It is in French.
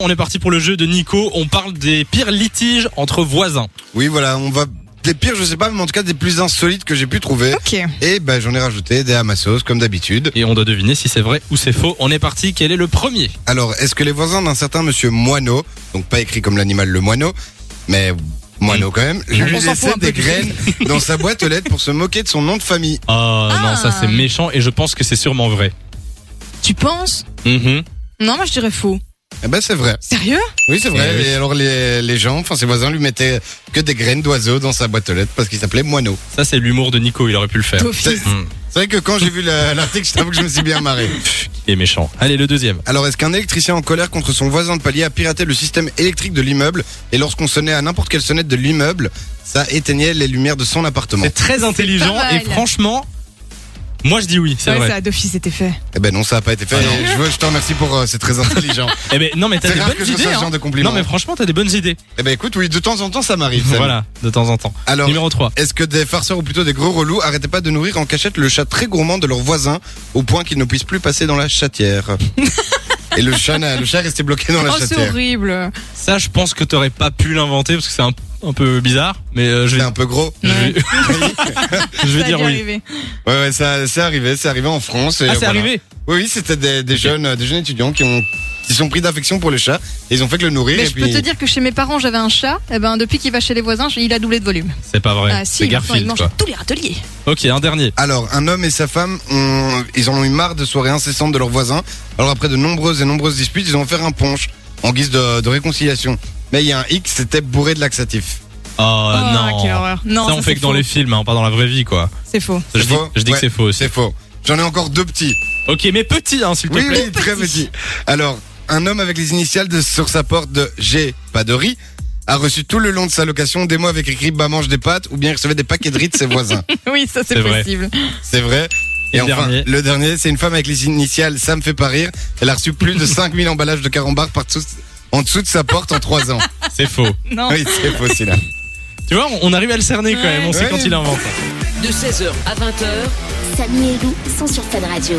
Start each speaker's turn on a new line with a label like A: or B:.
A: On est parti pour le jeu de Nico. On parle des pires litiges entre voisins.
B: Oui, voilà, on va des pires, je sais pas, mais en tout cas des plus insolites que j'ai pu trouver.
C: Ok.
B: Et ben j'en ai rajouté des à ma sauce comme d'habitude.
A: Et on doit deviner si c'est vrai ou c'est faux. On est parti. Quel est le premier
B: Alors, est-ce que les voisins d'un certain monsieur Moineau, donc pas écrit comme l'animal le moineau, mais Moineau quand même, lui
C: On s'en fout
B: laissait
C: un peu
B: des
C: du-
B: graines dans sa boîte aux lettres pour se moquer de son nom de famille.
A: Ah
C: Ah.
A: non, ça c'est méchant et je pense que c'est sûrement vrai.
C: Tu penses
A: Mhm.
C: Non, moi je dirais faux.
B: Eh ben c'est vrai.
C: Sérieux
B: Oui, c'est vrai.
A: Eh oui.
B: Et alors les, les gens, enfin ses voisins lui mettaient que des graines d'oiseaux dans sa boîte aux lettres parce qu'il s'appelait Moineau.
A: Ça c'est l'humour de Nico. Il aurait pu le faire.
C: D'office.
A: Mhm.
B: C'est vrai que quand j'ai vu la- l'article, je t'avoue que je me suis bien marré.
A: Il est méchant. Allez, le deuxième.
B: Alors, est-ce qu'un électricien en colère contre son voisin de palier a piraté le système électrique de l'immeuble et lorsqu'on sonnait à n'importe quelle sonnette de l'immeuble, ça éteignait les lumières de son appartement
A: C'est très intelligent
C: pas
A: et
C: mal.
A: franchement, moi je dis oui. C'est
C: Ouais,
A: vrai.
C: ça, d'office, c'était fait.
B: Eh ben non, ça a pas été fait.
A: Ah non.
B: Et je, veux, je te remercie pour. euh, c'est très intelligent.
A: Eh ben non, mais t'as
B: c'est
A: des
B: rare que
A: bonnes
B: je
A: idées.
B: fasse ce
A: hein.
B: genre de compliment.
A: Non, mais franchement, t'as des bonnes idées.
B: Eh ben écoute, oui, de temps en temps, ça m'arrive. Sam.
A: Voilà, de temps en temps.
B: Alors.
A: Numéro 3
B: Est-ce que des farceurs ou plutôt des gros relous arrêtaient pas de nourrir en cachette le chat très gourmand de leur voisin au point qu'il ne puisse plus passer dans la chatière Et le chat, n'a- le chat restait bloqué dans la
C: oh, c'est
B: chatière.
C: horrible.
A: Ça, je pense que t'aurais pas pu l'inventer parce que c'est un, un peu bizarre. Mais euh, je
B: C'est
A: vais,
B: un peu gros.
A: je vais, je vais
C: Ça a
A: dire
C: dû
A: oui.
C: arriver.
B: Ouais, ouais, ça, c'est arrivé, c'est arrivé en France. et
A: Ah, c'est
B: voilà.
A: arrivé.
B: Oui, oui, c'était des, des jeunes, euh, des jeunes étudiants qui ont qui sont pris d'affection pour les chats. Et ils ont fait que le nourrir.
C: Mais
B: et
C: je
B: puis...
C: peux te dire que chez mes parents, j'avais un chat. Et ben, depuis qu'il va chez les voisins, il a doublé de volume.
A: C'est pas vrai.
C: ah, si,
A: c'est
C: maintenant, il
A: Garfield,
C: mange
A: quoi.
C: tous les râteliers.
A: Ok, un dernier.
B: Alors, un homme et sa femme, ont- ils en ont eu marre de soirées incessantes de leurs voisins. Alors après de nombreuses et nombreuses disputes, ils ont offert un punch en guise de, de réconciliation. Mais il y a un X, c'était bourré de laxatif.
A: Oh, non.
C: quelle horreur. Non,
A: ça, on
C: ça,
A: fait
C: c'est
A: que dans
C: faux.
A: les films, hein, pas dans la vraie vie, quoi.
C: C'est faux.
A: Je
B: C'est
A: dis,
B: faux
A: je dis que
B: Ouais.
A: c'est faux aussi.
B: C'est faux. J'en ai encore deux petits.
A: Ok, mais petit, hein, s'il te
B: Oui,
A: plaît.
B: oui, très petit. Alors, un homme avec les initiales de- sur sa porte de G, pas de riz, a reçu tout le long de sa location des mots avec écrit bah mange des pâtes ou bien il recevait des paquets de riz de ses voisins.
C: Oui, ça,
A: C'est
C: c'est
A: vrai.
C: possible.
B: C'est vrai.
A: Et
B: Et,
A: le
B: enfin,
A: dernier.
B: le dernier, c'est une femme avec les initiales, ça me fait pas rire. Elle a reçu plus de 5000 emballages de carambars par dessous- en dessous de sa porte en 3 ans.
A: C'est faux.
C: Non.
B: Oui, c'est faux, c'est là.
A: Tu vois, on- on arrive à le cerner quand même. On sait
B: Ouais.
A: quand il invente.
D: De 16h à 20h,
E: Samy et Lou sont sur Fun Radio.